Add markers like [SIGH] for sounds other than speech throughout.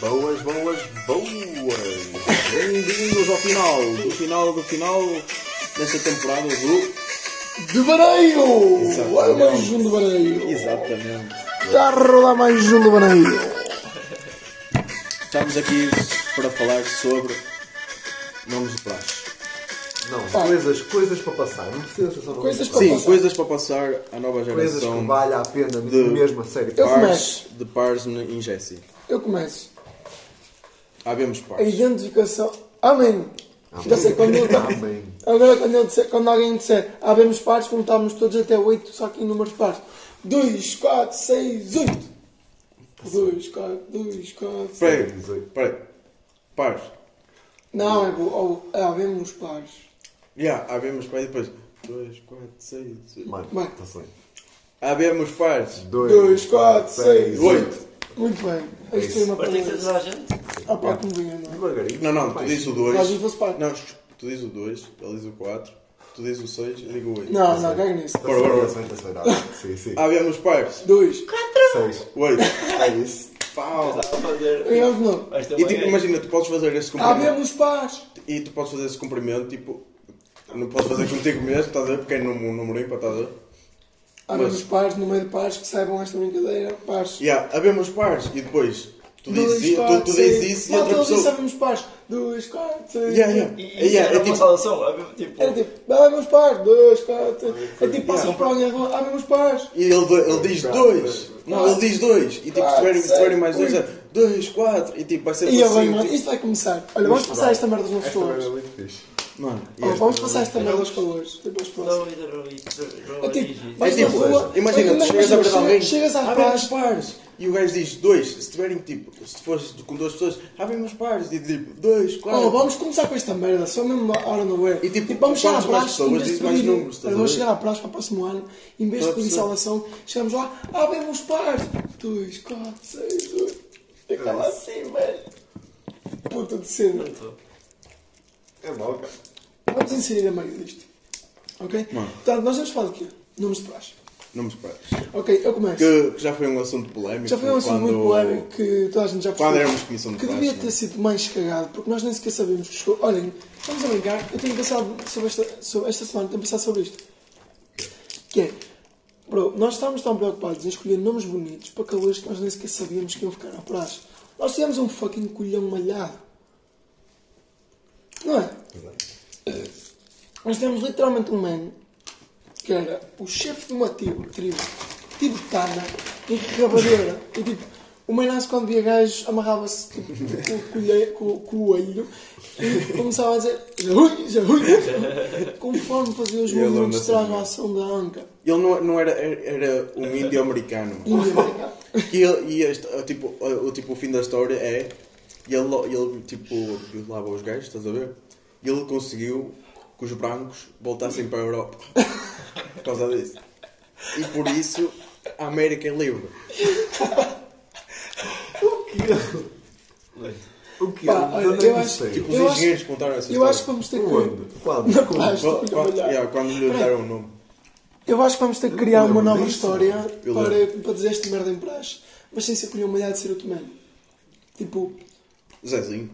Boas, boas, boas! Bem-vindos ao final, do final, do final desta temporada do... De Baneio! Exatamente. Olha mais um de Baneio! Exatamente. Está a rodar mais um de Baneio! Estamos aqui para falar sobre nomes de praxe. Não, coisas, coisas para passar. Não precisa ser só Tá. Coisas para para- Sim, passar. coisas para passar à nova Coisas geração que vale a pena de- mesmo a sério. Eu- pares, começo. de pares em Jesse. Eu começo. Havemos A pares. identificação. Amém! Ah, Já sei, quando, tá. eu- Amém. agora quando, eu disser- quando alguém disser "Ah, abemos pares, contamos todos até 8, só que em números pares. 2, 4, 6, 8! 2, 4, 2, 4, 6. Espera aí, espera aí. Pares. Não, é bom. ou- é, Abemos pares. Já, havemos pares e depois... 2, 4, 6... Mano, Vai. tá certo. Havemos pares. 2, 4, 6, Oito. 8! Muito bem. Isto foi uma Partiste coisa. toda a gente? Ah, pá, como vinha, não é? Devagarinho. Não, não, tu Vai. dizes o Nós vimos 2. os pares. Não, shh, tu dizes o 2, ele diz o 4, tu dizes o 6, eu digo o 8. Não, não, caga nisso. Tá certo, tá certo, tá certo. Ah, Sim, sim. Havemos pares. 2. Seis. 8. É isso. Pau. Estava a fazer. Ganhamos de novo. Mas também E tipo, é- imagina, tu podes fazer Ah, esse cumprimento. Abemos pares! E tu podes fazer esse cumprimento, tipo. Não podes fazer contigo mesmo, estás a ver? Porque é num num número ímpar, estás a ver? Abemos pares no meio de pares que saibam esta brincadeira. Pares. E ah, há, havemos pares. E depois, tu Dois, dizes, i- tu, quatro, tu seis. dizes isso e Não, outra todos pessoa. sabemos pares. 2, 4, 6. Yeah, yeah. E Yeah, isso era é uma tipo- saudação, é tipo. É tipo, abemos pares. 2, 4, 6. É tipo, passam por alguém na rua, abemos pares. E ele, ele diz dois. Não, ele diz dois. E tipo, se tiverem- se tiverem mais dois, é dois, quatro. E tipo, vai ser E eu bem, mano, assim. isto vai começar. Olha, vamos passar esta merda aos nossos Esta merda é calores. muito fixe. Mano, e Oh, é- Tá Vamos passar esta merda aos calores. Tipo, aos próximos. Não, ainda não vi. É Não tipo, vi. vais na tipo, rua. imagina, tu mas chegas a ver de alguém, Chegas à abre paz. uns pares. E o gajo diz dois, se tiverem tipo, se fores com duas pessoas, abrem uns pares. E tipo, dois, quatro. Oh, vamos começar com esta merda, só mesmo out of nowhere. E, tipo, vamos chegar à quantas mais praxe, pessoas, em vez de diz mais pedir- números, estás a vamos ver? chegar à praxe para o próximo ano, em vez de Pode pedir ser. saudação, chegamos lá, "Ah, abrimos pares. 2, 4, 6, 8. Fica lá assim, velho. Puta de cena. É mau, cara. Vamos inserir a meio disto. Ok? Mano. Portanto, nós vamos falar do quê? Números de praxe. Não me esperes. Ok, eu começo. Que, que já foi um assunto polémico. Já foi um assunto muito quando- polémico que toda a gente já Quando éramos comissão de Que classe, devia não é? ter sido mais cagado, porque nós nem sequer sabemos que chegou. Olhem, estamos a brincar, eu tenho pensado sobre esta, sobre esta semana, tenho pensado sobre isto. Que é, bro, nós estávamos tão preocupados em escolher nomes bonitos para calores que nós nem sequer sabíamos que iam ficar na praxe. Nós tivemos um fucking colhão malhado. Não é? Nós tivemos literalmente um man que era o chefe de uma tribo, tribo tibetana em Rabadeira. E tipo, o Mainás quando via gajos amarrava-se tipo, com, o colhe- com o- com o olho e começava a dizer "Jahui, jahui", conforme fazia os E ele movimentos de anda assim, trás à ação da anca. Ele não, não era, era era um índio americano. E eu, E, ele, e este, uh, tipo, uh, o, tipo, o fim da história é. Ele, lo- ele tipo, violava os gajos, estás a ver? E ele conseguiu que os brancos voltassem para a Europa. Por causa disso. E por isso a América é livre. O que é? Pá, olha, Eu eu nem acho- sei. Tipo, Eu os acho- engenheiros contaram essa eu história. acho que vamos ter que. Quando? Quando? Na Quando? praxe, Qu- estou a quando, olhar. yeah, quando lhe deram o nome. Eu acho que vamos ter que criar uma lembro nova disso. é. história Eu para, para dizer esta merda em praxe, mas sem ser colhão malhado de ser outro man. Tipo, Zezinho.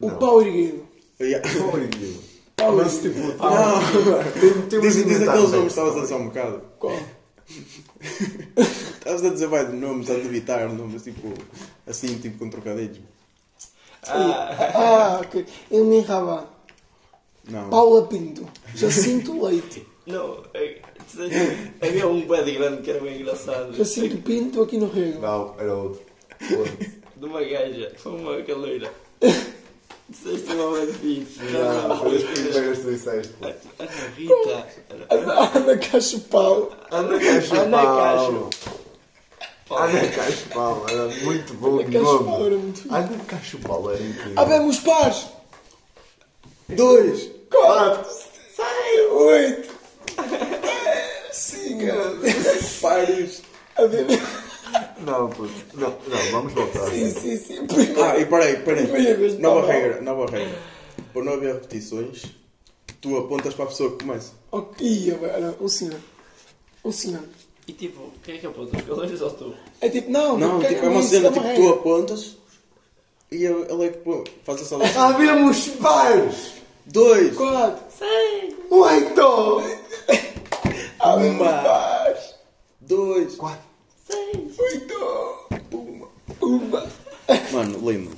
o pau erguido. Yeah. Horrível. Pau é Mas erguido. tipo, tem, né? tem Ah. Diz, diz aqueles nomes que estavas estavas a dizer há um bocado. um [LAUGHS] Qual? Estavas a dizer vai de nomes, a debitar nomes, tipo, assim, tipo com trocadilhos. Ah, ok. Eu me enrabá. Não. Paula Pinto. Jacinto Leite. Não, [LAUGHS] é- havia um bad grande que era bem engraçado. Jacinto Pinto aqui no Rego. Não, era outro. [LAUGHS] Outro. De uma gaja, foi uma caloira. Disseste uma bad fixe. Já não, Foi as foi primeiras que disseste. Ana Rita. Ana Cacho Pau. Ana Cacho Ana Pau. Pau. Ana Cacho Pau, era muito bom Ana Cacho Pau era nome. muito Ah, fixe. Ana Cacho Pau era incrível. Abemos pares. Dois! 4, 6, 8, 5. Pares! Não, puto. Não, não, vamos voltar. Sim, sim, sim. Primeiro. Ah, e peraí, Primeira vez peraí. que Nova estava. regra, nova regra. Por não haver repetições, tu apontas para a pessoa que começa. Ok, Ih, agora, um senhor. Um senhor. E tipo, quem é que aponta os calores ou tu? É tipo, não, Não, caga tipo, é uma nisso, cena, dá uma tipo, regra. tu apontas E ele ele é que pô, faz a [LAUGHS] salvação. Sabemos vários! Um Dois! Quatro, Oito! Uma! Dois! Quatro! uma. Mano, lindo.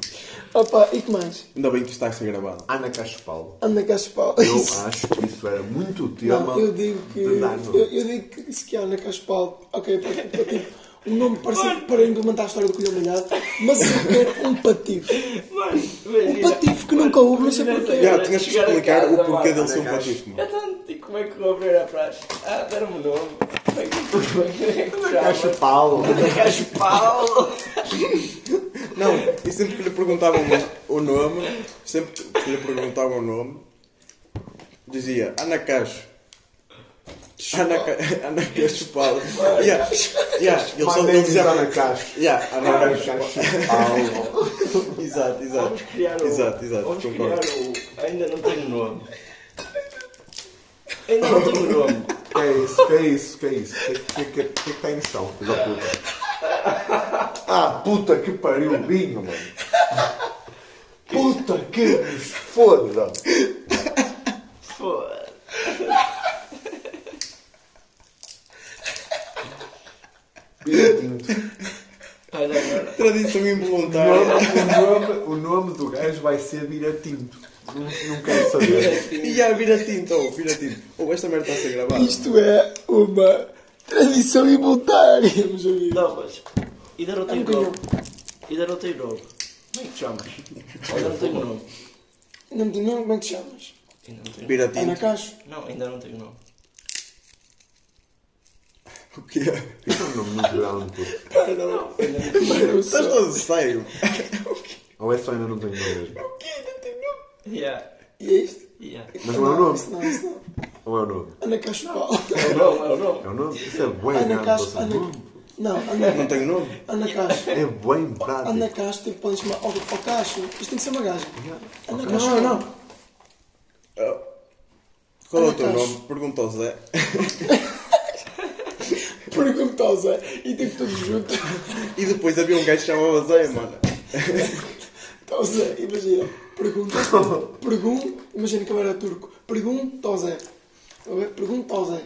Opa, e que mais? Ainda bem que isto está a ser gravado. Ana Caspal. Anda cá, Caspal. Eu acho que isso era muito tema Não, eu digo que. de dano. Eu, eu digo que isso que é Ana Caspal. Ok, para, para ti. Um nome parecido para implementar a história do colhão malhado, mas eu quero um patife. Mano, imagina. Um patife que nunca houve, não sei Imagina porquê. essa Já, merda, tinhas que chegar a explicar casa, o porquê mano. dele ser um patife, mano. Então, e como é que vou abrir a praxe? Ah, deram-me o nome. Como é que- como é que se [LAUGHS] Ana chama? Caspal. Caspal! Não, e sempre que lhe perguntavam o nome, sempre que lhe perguntavam o nome, dizia Ana Cacho. Ana, Ca- Ana Cacho Paulo. Yeah, yeah, ele, só, ele Mandem-nos dizia Ana Caspal. Yeah, Ana Ana Cacho. Caspal. Exato, exato. Vamos criar o. Exato, exato, Vamos concordo. criar um- o. Ainda não tenho nome. Ainda não tenho nome. Que é isso? Que é isso? Que é isso? Que, que, que, que, que tá em chão, filho da puta? Ah, puta que pariu o vinho, mano. Puta que vos foda. Foda. Vinho tinto. Olha agora. Tradição O involuntária. nome, o nome- o nome do gajo vai ser Vira Tinto. Não, não quero saber. E a vira tinta, oh, vira tinta. Oh, esta merda está a ser gravada. Isto é uma tradição involuntária, meus amigos. É um Não, mas. Ainda não tenho Nunca não. nome. Ainda não tenho nome. Como é que te chamas? Ainda não tenho nome. Não te não, como é que te chamas? Ainda não tenho Vira Ana tinta. Cacho. Não, ainda não tenho nome. O quê? Isso é um nome muito grande, puto. Estás todo sério? Ou é só ainda não tenho nome mesmo? Yeah. E é isto? Yeah. Mas não é o nome. Isso não, isso não. Ou é o nome? Ana Cacho Paulo. É o nome, é o nome. É o nome? Isso é bem Ana grande, Cacho. puto. Ana... Não, Não Ana, tenho nome? Ana Cacho. É bem prático. Ana Cacho, tipo, podem chamar ao, ao Cacho. Isto tem que ser uma gaja. Ana Cacho. Não, não. Ah, Qual é o Ana teu Cacho. nome? Pergunta ao Zé. Pergunta ao Zé. E tipo, todos juntos. E depois havia um gajo que chamava Zé, mano. Então, Zé, imagina. Pergunta. Pergunta. Imagina que eu era turco. Pergunta ao Zé. Tá a ver? Pergunta ao Zé.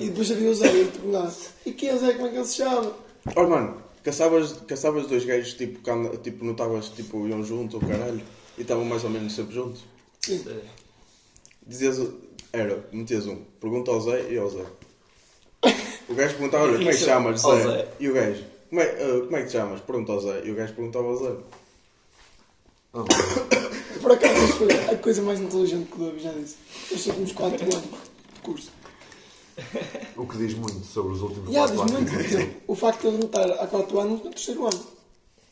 E depois havia o Zé. E ele perguntava. E quem é o Zé? Como é que ele se chama? Oh, mano, caçavas, caçavas dois gajos, tipo, que anda- tipo, não estavas, tipo, iam juntos, ou caralho, e estavam mais ou menos sempre juntos. Sim. Dizias, o- era, metias um, pergunta ao Zé e ao Zé. O gajo perguntava, olha, como é que te chamas, Ao Zé? Zé. E o gajo, como é, ah, como é que te chamas? Pergunta ao Zé. E o gajo perguntava ao Zé. [LAUGHS] Por acaso, isto foi a coisa mais inteligente que o Dove já disse. Eu estou com uns 4 anos de curso. O que diz muito sobre os últimos E há, quatro diz muito, por exemplo, o facto de eu não estar há 4 anos no terceiro ano.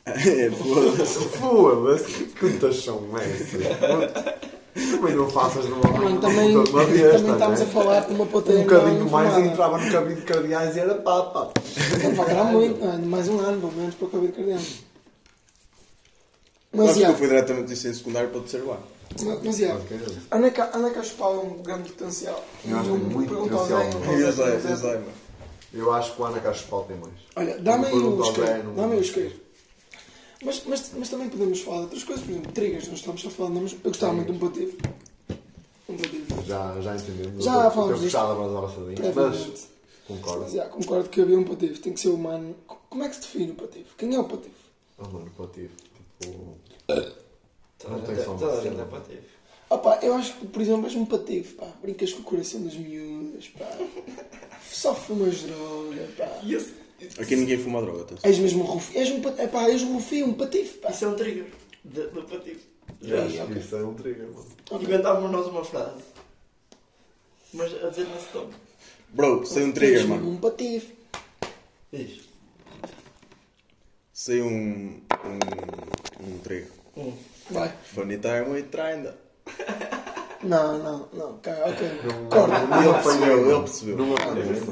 É, foda-se. Foda-se, que contas são essas? Puto. Também não faças de uma Mano, vez. também, de uma vez, também tá, estamos a né? falar de uma plateia Um bocadinho não mais e formada. entrava no caminho de cardeais e era papa. Não vai durar muito, não é? mais um ano, pelo menos, para o cabelo cardeal. Mas, Acho que já, eu fui diretamente do ensino secundário para o terceiro ano. mas, mas já, Ana Ca- Ana Caspal é um grande potencial. Eu acho que tem muito pergunto ao Zé, potencial. ao E Zé, o ao Zé, e Zé. o Zé, mano. Eu acho que o Ana Caspal tem mais. Olha, dá-me aí o Pergunta ao Zé, isqueiro. não- Dá-me aí o isqueiro. Mas, mas, mas também podemos falar de outras coisas, por exemplo, triggers, nós estamos só falando de nomes. Eu gostava muito de um patife. Um patife. Já, já entendemos. Já eu, falamos Eu disto. gostava mais da abraçadinha, Previamente. mas concordo. Mas já, concordo que havia um patife, tem que ser humano. Co- Como é que se define o patife? Quem é o patife? Ah, mano, patife. Tipo. Toda Não tem gente- som, toda a mas gente sim. é patife. Ah pá, eu acho que, por exemplo, és um patife, pá. Brincas com o coração das miúdas, pá. [LAUGHS] Só fumas droga, pá. Aqui ninguém fuma droga, tá? És mesmo um rufi, és um patife, é pá, és um rufi, um patife, pá. Isso é um trigger de- do patife. Eu acho ok. que isso é um trigger, mano. Inventávamos nós uma frase. Mas a dizer nesse tom. Bro, sei um És trigger, mesmo mano. um patife. Diz. Sei um. um. um trigger. Um. Vai. Funny time with Trinda. Não, não, não, cara, ok. Não, não Ele apanhei, percebeu, ele mano. percebeu. Ah, Não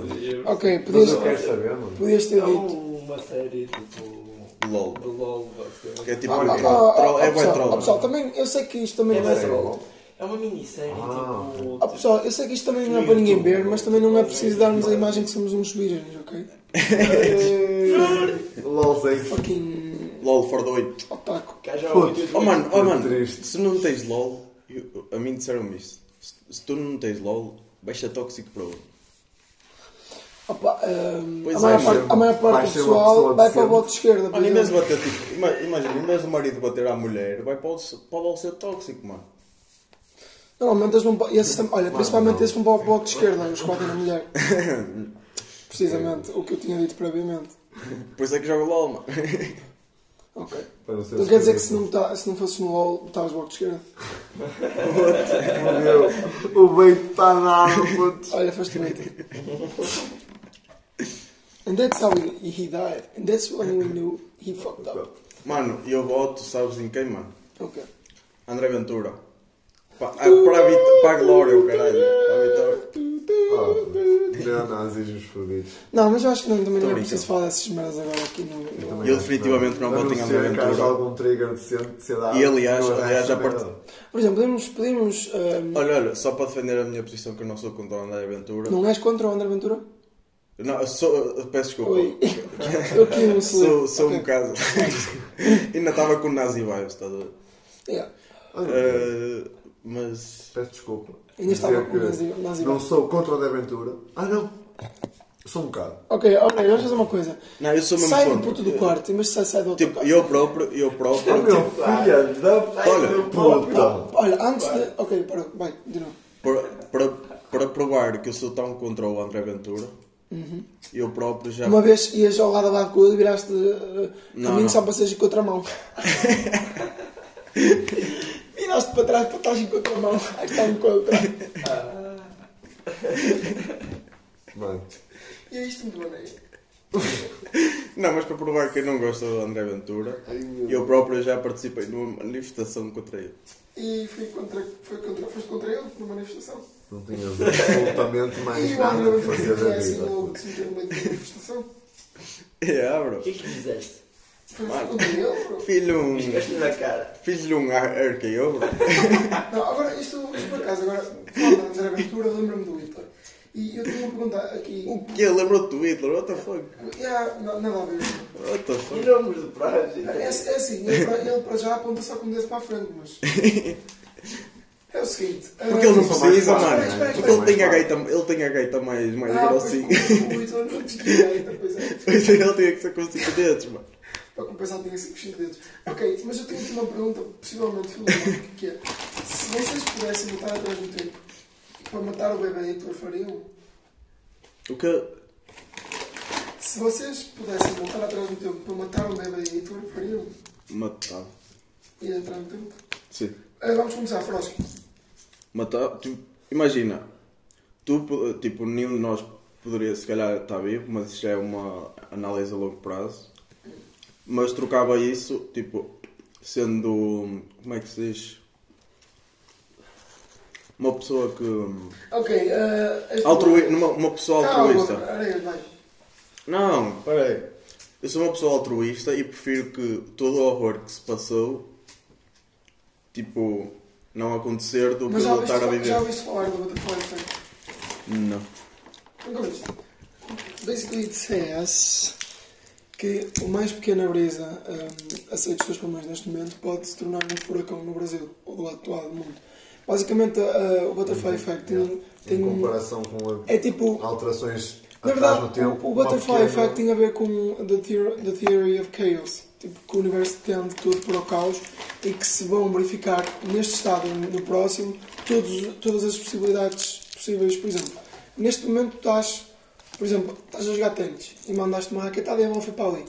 apanhei, mano. Ok, Mas podias, eu quero saber, mano. podias ter Há dito. uma série tipo. LOL. do LOL. basicamente. Que é tipo. Ah, pá, é, pá, troll, ah, é bué pessoal, troll. ah, pessoal, também, eu sei que isto também não é. sério? É uma minissérie Ah, tipo. Ah, pessoal, eu sei que isto também não é para ninguém ver, mas também não é preciso darmos a imagem que somos uns virgens, ok? LOLzinho. Ah, Fucking. LOL for the win. Opaco. Gajo é Puto. muito- Oh mano, oh mano, triste. se não tens LOL, eu- a mim disseram-me isto. Se, se tu não tens LOL, baixa tóxico para onde? Opa, ehm, Pois a, maior é, parte, a maior parte vai do ser uma pessoal vai pessoa para o decente. voto de esquerda. por Mano, em vez de exemplo. bater tipo. ima- Imagina, em vez do marido bater à mulher, vai para o, para o LOL ser tóxico, mano. Normalmente eles não. pa- esses tam- olha, principalmente esses vão para o bloco de esquerda, os que batem na mulher. Precisamente, o que eu tinha dito previamente. Pois é que joga LOL, mano. [LAUGHS] Ok. Para não ser Então quer dizer que se não, tá, se não fosse no LOL, estavas bloco de esquerda? Meu, O beijo está dado, puto. Olha, foste bonito. And that's how he, he died. And that's when we knew he fucked up. Mano, eu voto, sabes em quem, mano? Ok. André Ventura. Pa- ah, Para a, vit- para a glória, o caralho. Para a vitória. Neonazis os Oh, fodidos. Não, mas eu acho que não, também não é Tô brincando. preciso falar dessas merdas agora aqui no. no- Eu definitivamente não voto em A não ser André que haja Ventura. algum trigger de sociedade. E, aliás, eu aliás, arranjo a part- merda. Por exemplo, podemos. podemos ehm, Olha, olha, só para defender a minha posição que eu não sou contra o André Ventura. não és contra o André Ventura? Não, eu sou, eu peço desculpa. Oi. [LAUGHS] Eu aqui um Sou, slip. sou um Ok. bocado. [LAUGHS] Ainda estava com nazi vibes, estás a ver? Yeah. Eh, mas. Peço desculpa. Ainda estava Dizer com que nazi- nazi- Não sou contra o da aventura. Ah, não. Sou um bocado. Ok, ok, vamos fazer uma coisa. Não, eu sou mesmo Sai do contra. puto do quarto, mas sai, sai do outro Tipo, quarto. eu próprio, eu Ah, próprio. meu Tipo, filho da Olha, puta. Olha, antes de. Ok, para, vai, de novo. para, para, para provar que eu sou tão contra o André Ventura, Uhum. eu próprio já. Uma vez ias ao lado da Barracuda e viraste uh, Não, caminho não. só para seres [LAUGHS] em contramão. viraste para trás para estás em [LAUGHS] contramão. Aí está em contra. Mano, E é isto muito maneiro. Não, mas para provar que eu não gosto do André Ventura, meu eu próprio já participei numa manifestação contra ele. [LAUGHS] E fui contra, foi contra, foste contra ele na manifestação. não tinhas absolutamente mais e o André nada que Ventura fazer foi da assim logo vida. que se meteu no meio da manifestação. É, ah, bro. O que é que fizeste? Foi contra ele, bro. Fiz-lhe um. Ficaste na cara. Fiz-lhe um arqueo, bro. Não, agora, isto, isto por acaso, agora, falando de André Ventura, lembro-me do Hitler. E eu tenho uma pergunta aqui. O que? Lembrou-te do Hitler? What the fuck? Yeah, não, nada a ver. What the fuck? Tiramos de prazo. É, é assim, ele para, ele para já aponta só com o dedo para a frente, mas. É o seguinte. Porque ele não sou mais precisa, fácil, mano. né? Espera, espera, Porque ele espera. tem a gaita, ele tem a gaita mais, Tipo, mais Ah, pois, grossinha. o- o Hitler não tinha direita, pois é. Pois é, ele tem que ser com cinco dedos, mano. Para compensar, tinha 5 5 dedos. Ok, mas eu tenho aqui uma pergunta, possivelmente filosófica, que é: se vocês pudessem voltar atrás no tempo para matar o bebê Hitler, fariam? O que? Se vocês pudessem voltar atrás no tempo para matar o bebê Hitler, fariam? Matava. E entrar no tempo? Sim. Ah, vamos começar, Frosky. Matava. Tipo, imagina. Tu, po- tipo, nenhum de nós poderia, se calhar, estar vivo, mas isto é uma análise a longo prazo. Mas trocava isso, tipo, sendo. Como é que se diz? Uma pessoa que. hum, Ok, ah, este- Altrui... numa- Uma pessoa altruísta. Calma, areia, vai. Não, peraí. Eu sou uma pessoa altruísta e prefiro que todo o horror que se passou, tipo, não acontecer do que Mas já eu estar a ouviste, viver. já ouviste falar do Butterfly Effect? Não. Nunca ouviste? é Basically, it says que o mais pequena brisa um, a sair dos seus pulmões neste momento pode se tornar um furacão no Brasil ou do lado do lado do mundo. Basicamente, ah, o Butterfly Uhum. Effect tem, tem Em um- comparação com a- É Ah, tipo. alterações Na atrás verdade, no tempo. o, o uma Butterfly pequena- Effect tem a ver com the theory, the theory of Chaos. Tipo, que o universo tende tudo para o caos e que se vão verificar neste estado e no próximo todos, todas as possibilidades possíveis. Por exemplo, neste momento tu estás, por exemplo, estás a jogar ténis e mandaste uma raquetada e a bola foi para ali.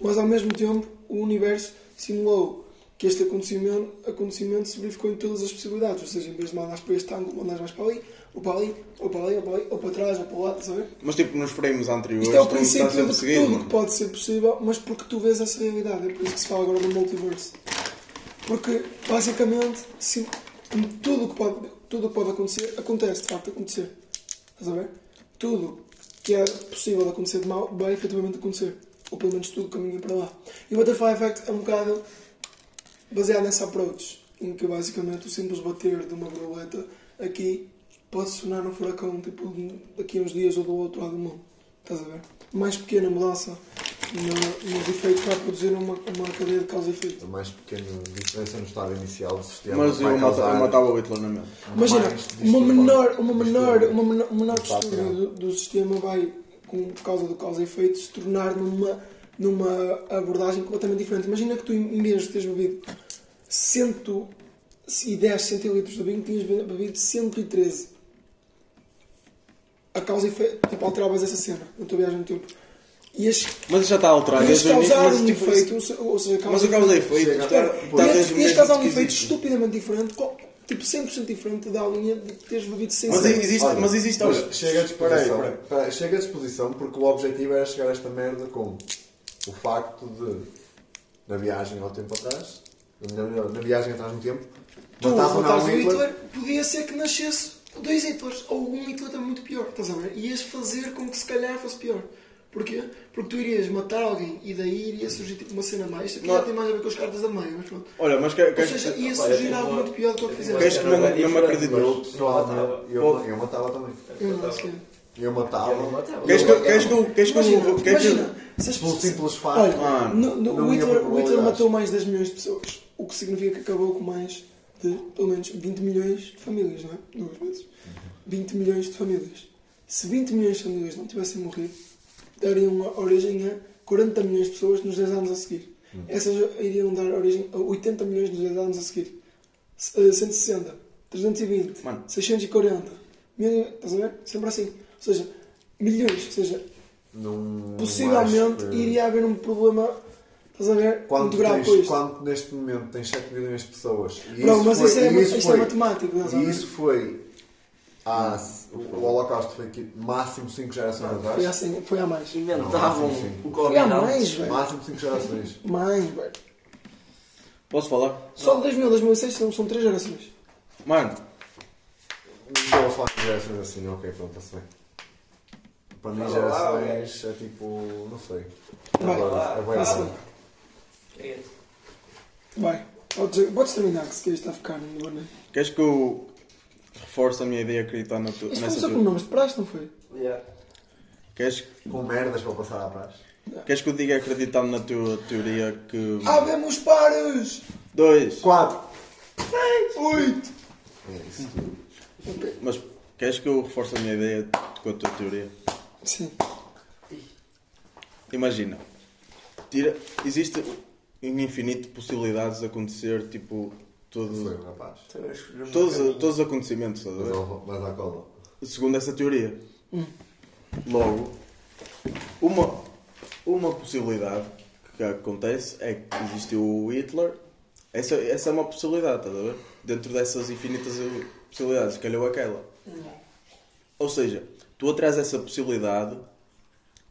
Mas ao mesmo tempo o universo simulou que este acontecimento, acontecimento se verificou em todas as possibilidades. Ou seja, em vez de mandares para este ângulo, mandares mais para ali, ou para ali, ou para ali, ou para ali, ou para trás, ou para o lado, sabe? Mas tipo, nos frames anteriores, Isto é o tu me estás princípio sempre de que seguindo. tudo que mano. pode ser possível, mas porque tu vês essa realidade. É por isso que se fala agora do multiverso. Porque, basicamente, se, tudo o que pode, tudo o que pode acontecer, acontece, de facto, de acontecer. Estás a ver? Tudo que é possível de acontecer de mal, vai efetivamente acontecer. Ou pelo menos tudo caminha para lá. E o Butterfly Effect é um bocado baseado nessa approach, em que basicamente o simples bater de uma borboleta aqui pode se tornar um furacão tipo, daqui a uns dias ou do outro lado do mundo. Estás a ver? Mais pequena mudança no- nos efeitos que vai produzir uma, uma cadeia de causa e efeito. A mais pequena diferença no estado inicial do sistema. Mas vai eu matava, causar um eu matava o Hitler na mesma. Imagina, mais uma distúrbio- menor, uma menor, distúrbio. uma menor, um menor Impacto, distúrbio do, do sistema vai, com, por causa do causa e efeito, se tornar numa, numa abordagem completamente diferente. Imagina que tu, em vez de teres bebido 110 centilitros de vinho, tinhas be- bebido 113. A causa e efeito, tipo, alteravas essa cena na tua viagem no tempo. Ias, Mas isso já está alterado ias desde o início. causar Mas, um tipo, efeito, isso- ou se- ou seja, mas causa o causa e efeito está Chega. está desde o tipo, Ias Tá, mesmo causar um efeito esquisito. estupidamente diferente, co- tipo 100% diferente da linha de teres bebido sem Mas sal. existe, Olha, mas existe. pois, olha, Chega à Espera disposição. aí, espera Espera, Chega à disposição porque o objetivo era chegar a esta merda com o facto de, na viagem ao tempo atrás, na, na viagem atrás no tempo, Tu matavam matares o Adolf Hitler, podia ser que nascesse dois Hitlers, ou um Hitler também muito pior, estás a ver? Ias fazer com que se calhar fosse pior. Porquê? Porque tu irias matar alguém e daí iria surgir tipo uma cena a mais. Isto aqui já Não. tem mais a ver com os cartas da mãe, mas pronto. Olha, mas quer- Ou queres seja, ia Olha, surgir tem algo uma- muito pior do que eu tem queres fizeste. que não- não me acredites? Eu, Queres pessoalmente, eu, eu matava também. Eu não sei. Eu Eu matava. matava. que eu- queres que eu. Queres que Imagina, eu. Queres que imagina, eu. se as Pelo pessoas- simples facto. Olha, Ah, no- no- não o, Hitler, ia para o Hitler probabilidades. matou mais de 10 milhões de pessoas, o que significa que acabou com mais de, pelo menos, 20 milhões de famílias, não é? Duas vezes. Uhum. 20 milhões de famílias. Se 20 milhões de famílias não tivessem morrido, dariam a origem a 40 milhões de pessoas nos 10 anos a seguir. Uhum. Essas iriam dar origem a 80 milhões nos 10 anos a seguir. S- eh, 160, 320, Mano. 640, mil, estás a ver? Sempre assim. Ou seja, milhões, ou seja, Não possivelmente acho que- iria haver um problema, estás a ver? Quando, muito tu grave tens- com isto. quando neste momento tens 7 milhões de pessoas. E Não, mas isso é- e isto é matemático, não é? E isso foi. há- o Holocausto foi aqui, máximo 5 gerações Foi atrás. assim, é? foi a mais. Inventavam um Não, sim, sim. o Foi a Covid. mais, velho. Máximo [LAUGHS] 5 gerações. Mais, velho. Posso falar? Só de 2000 a 2006 são, são três gerações. Mano, Não vou falar de gerações assim, ok, pronto, está-se bem. Para mim, Fala lá, gerações é tipo. não sei. É Vai, Agora, agora- passa. É. Vai. Podes, podes terminar, que se queres está a ficar no boné. queres que eu. reforce a minha ideia de acreditar na tu- Isto nessa começou com tua. nomes de praxe, não foi? Yeah. Queres, com merdas para passar atrás. queres que eu diga acreditando na tua teoria que. Ah. Havemos pares! Dois! 4! Oito! É isso tudo. Ok. Mas queres que eu reforce a minha ideia com a tua teoria? Sim. Imagina, tira, existe um infinito de possibilidades de acontecer, tipo, Uhum. Foi todo, um rapaz. Então eu escolhi um todos, bocadinho. todos os acontecimentos, estás a Mas ver? ao- Mas à cola. segundo essa teoria. Logo, uma, uma possibilidade que acontece é que existiu o Hitler. Essa, essa é uma possibilidade, estás a ver? Dentro dessas infinitas possibilidades, calhou aquela. Ou seja, tu atrás dessa possibilidade,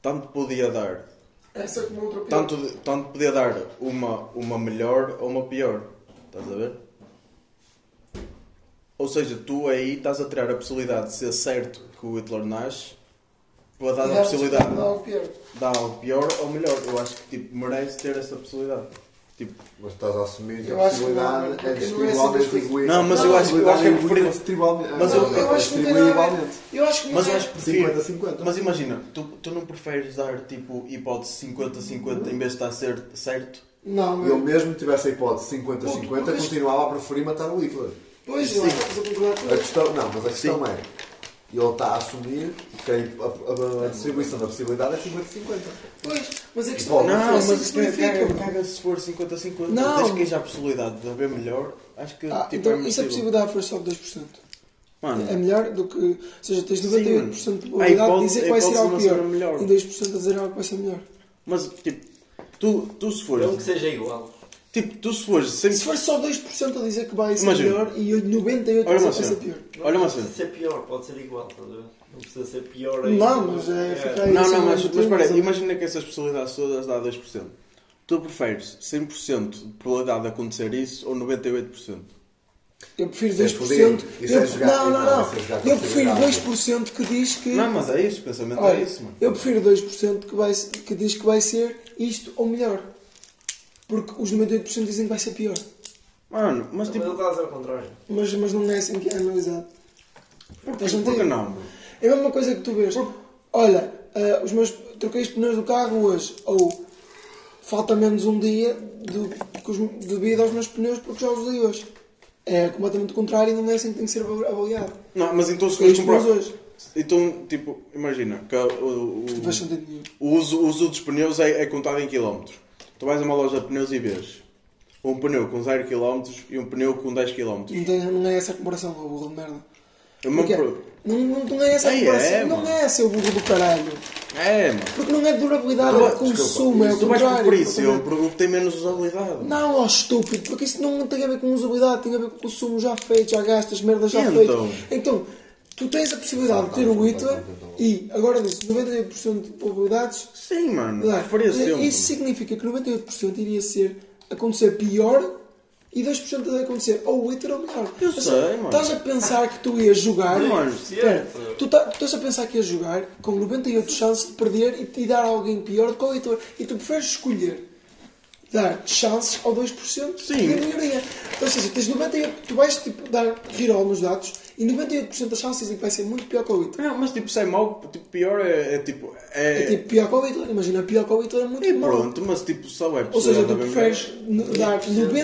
tanto podia dar Essa é como outra pior. tanto, tanto podia dar uma, uma melhor ou uma pior. Estás a ver? Ou seja, tu aí estás a tirar a possibilidade de ser certo que o Hitler nasce para dar a possibilidade Dá o pior. de dar algo pior ou melhor. Eu acho que tipo, merece ter essa possibilidade. Tipo, Mas estás a assumir que a Eu acho que não, possibilidade porque é não é distribuir assim igualmente que eu igualmente. Não, mas eu acho- eu acho que é preferível- Mas Mas Eu, eu- eu acho que não tem nada a ver. igualmente. Eu acho que não mas eu é. acho que prefiro- 50-50. Mas imagina, tu, tu não preferes dar tipo hipótese 50-50 em vez de estar certo? certo? Não, Eu eu... mesmo tivesse a hipótese Puto, 50-50, porque- continuava a preferir matar o Hitler. Pois, lá, estás a concordar com A questão, não, mas a questão é, ele está a assumir que a, a- a distribuição da possibilidade é 50-50. Pois, mas a questão Não, é Não, que mas isso não caga, fica. caga se for 50-50. Não. Desde que haja a possibilidade de haver melhor, acho que Ah, tipo, então, é isso a possível. possibilidade foi só de 2%. Mano, É melhor do que. Ou seja, tens Sim, 98% mano. de probabilidade Aí de pode- dizer que aí vai pode ser ser algo uma pior. cena melhor. E 2% a dizer algo que vai ser melhor. Mas, tipo, tu, tu se É fores. Mesmo que seja igual. Tipo, tu se fores E se sempre. for só 2% a dizer que vai ser Imagina. melhor e 98% Olha uma vai ser cena. pior. Olha uma Não cena. precisa ser pior, pode ser igual, estás a ver? Não precisa ser pior ainda. Não, mas é. Fica aí, Não, assim, não, mas, muito mas espera, tempo. aí, imagina que essas possibilidades todas dá 2%. Tu preferes 100% de probabilidade de acontecer isso ou 98%? Eu prefiro Isso é 2%. fudido. Isso é Eu, jogar- não, não, não, não. isso é jogar com Eu prefiro possibilidade. 2% que diz que. Não, mas é isso, o pensamento Olha, é isso, mano. eu prefiro 2% que, vai, se- que diz que vai ser isto ou melhor. Porque os 98% dizem que vai ser pior. Mano, mas Mas no tipo, caso é o contrário. Mas, mas não é assim que é analisado. por Estás a que entender? não? bro? eh, É a mesma coisa que tu vês. Olha, ah, os meus troquei os pneus do carro hoje. Ou falta menos um dia de- que os- devido aos meus pneus porque já os dei hoje. É completamente o contrário e não é assim que tem que ser avaliado. Não, mas então se Eu fores os comprar. pneus hoje. Então, tipo, imagina que o, o- Não faz sentido nenhum. o uso, o uso dos pneus é, é contado em quilómetros. Tu vais a uma loja de pneus e vês um pneu com 0 km e um pneu com 10 km. Não, tem- não é essa a comparação, ô burro de merda. É o mesmo Porque pro- não, não, não é essa a Aí é, comparação. não mano. é essa, o burro do caralho. É, mano. Porque não é de durabilidade, é de consumo, é o Tu vais contrário. por isso, eu completamente. pergunto tem menos usabilidade. Não, ó estúpido, porque isso não tem a ver com usabilidade, tem a ver com consumo já feito, já gastas, merdas já E feitas. então? Então, tu tens a possibilidade de ter o ITLA e, agora disse, 98% de probabilidades. Sim, mano. dá. Preferia sempre. é? Isso significa que 98% iria ser acontecer pior e 2% de acontecer ou o ITLA ou melhor. Eu Ou sei, seja, mano. Estás a pensar que tu ias jogar. Mano, espera, tu, tá- tu estás a pensar que ias jogar com 98 chances de perder e te dar a alguém pior do que o ITLA. E tu preferes escolher dar chances ao 2% Sim. da maioria. Ou seja, tens 98, tu vais tipo, dar reroll nos dados e 98% das chances é que vai ser muito pior que o Hitler. Não, mas tipo, se é mau, tipo, pior é, é, tipo. É, É tipo pior que o Hitler, imagina, pior que o Hitler é muito é mau. pronto, mas tipo, só é Ou seja, possível, tu é preferes n- dar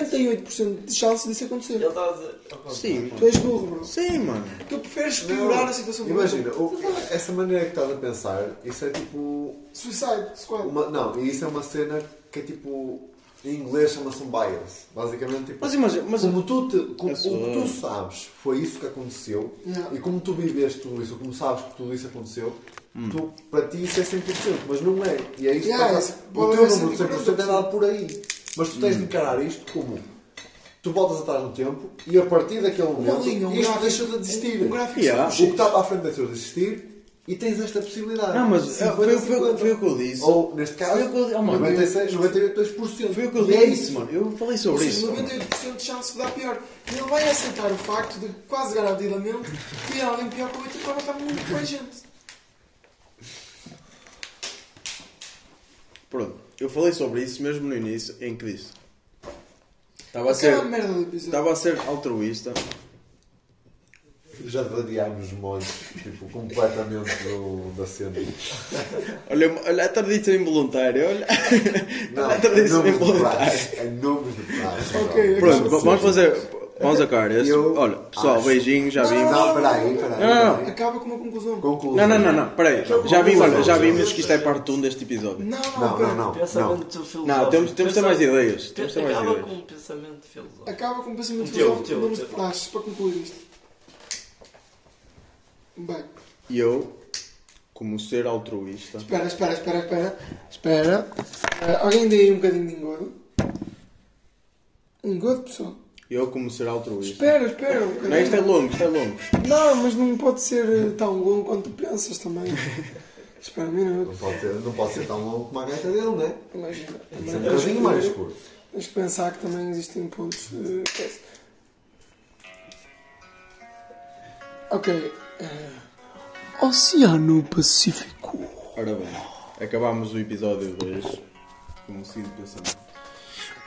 98% de chances disso acontecer. Ele estava a dizer. mesmo. Sim, Tu és burro, bro. sim, mano. Tu preferes piorar a situação do Imagina, o- essa maneira que estás a pensar, isso é tipo. Suicide Squad. Uma, não, e isso é uma cena que é tipo. Em inglês chama-se um bias. Basicamente, tipo. Mas imagina, mas É como tu, te- como, Eu o sei. que tu sabes foi isso que aconteceu Yeah. e como tu viveste tudo isso, como sabes que tudo isso aconteceu, Hum. tu, para ti isso é 100%, mas não é. E é isso Yeah, que esse passa. O pode teu ser número de 100% é 50%. dado por aí. Mas tu Hum. tens de encarar isto como tu voltas atrás no tempo e a partir daquele momento linha, um isto gráfico- deixa de existir. um gráfico Yeah. O que estava à frente deixou de existir e tens esta possibilidade. Não, mas, é, foi o que- 50-50. foi o que eu disse. Ou, neste caso, Foi o que eu- oh, mano, 96, 98, 2%. Foi o que eu E é disse, isso, mano. Eu falei Ou sobre seja, isso. 98% de chance de dar pior. E ele vai aceitar o facto de quase garantidamente que é alguém pior que o Hitler vai matar muito mais gente. Pronto, eu falei sobre isso mesmo no início, em que disse. Estava a ser, Tá Aquela merda do episódio. estava a ser altruísta. Já radiámos molhos, tipo, completamente do, da [LAUGHS] cena. Olha, olha a tradição involuntária, olha. Não, olha [LAUGHS] a tradição é nomes de involuntária. praxe. É nomes de praxe. Ok, Pronto, vamos fazer. Vamos acabar esse. Eu Olha, pessoal, acho- beijinho, já vimos. Não, peraí, peraí. Não, peraí. Acaba com uma conclusão. Conclusão. Não, não, não, não, peraí. Não, Já vimos, olha, conclusão. já vimos que isto é parte 1 deste episódio. Não, Não, pera. não, não. Pensamento não. filosófico. Não, temos, temos de ter mais Pensa- ideias. Temos de ter mais Acaba ideias. com um pensamento filosófico. Acaba com um pensamento Teu, filosófico teu, de nomes de teu. praxes para concluir isto. Bem, E eu, como ser altruísta. espera, espera, espera, espera. Espera. Eh, alguém dê aí um bocadinho de engodo. Engodo, pessoal. Eu, como ser altruísta. Espera, espera. um Não, isto é bocadinho. longo, isto é longo. Não, mas não pode ser eh, tão longo quanto tu pensas [LAUGHS] também. Espera um minuto. Não pode, ser, não pode ser tão longo como a gaita dele, não é? Imagina. Tem que ser um bocadinho mais curto. Tens que pensar que também existem pontos. eh, que é- ok. eh, Oceano Pacífico. Ora bem, acabámos o episódio 2. Como seguido pensamento.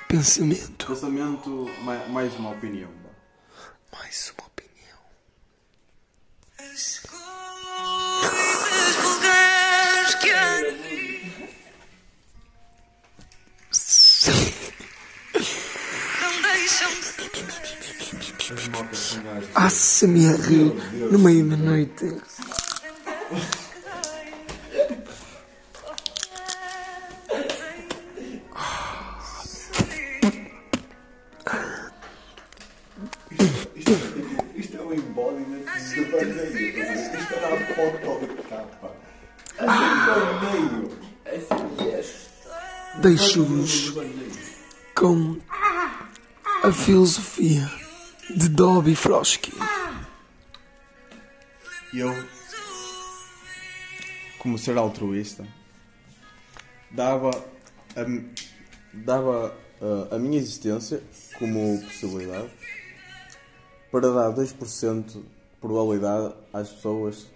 Pensamento. Pensamento, ma- mais uma opinião. Mais uma opinião. As coisas vulgares que há na vida não deixam de ACMR no meio da noite. Isto é um embodiment de bandeira. Isto está na foto de capa. É um Deixo-vos com a filosofia de Dobby Frosky. E eu, como ser altruísta, dava a, mi- dava ah, a minha existência como possibilidade para dar 2% de probabilidade às pessoas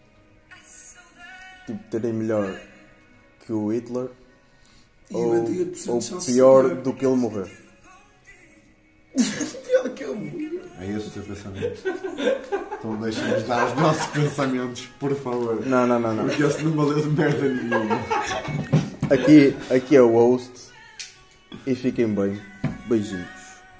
tipo, terem melhor que o Hitler ou, ou pior do que ele morrer. É esse o teu pensamento. Então deixa-nos dar os nossos pensamentos, por favor. Não, não, não, não. Porque esse não valeu de merda nenhuma. Aqui, aqui é o host. e fiquem bem. Beijinhos.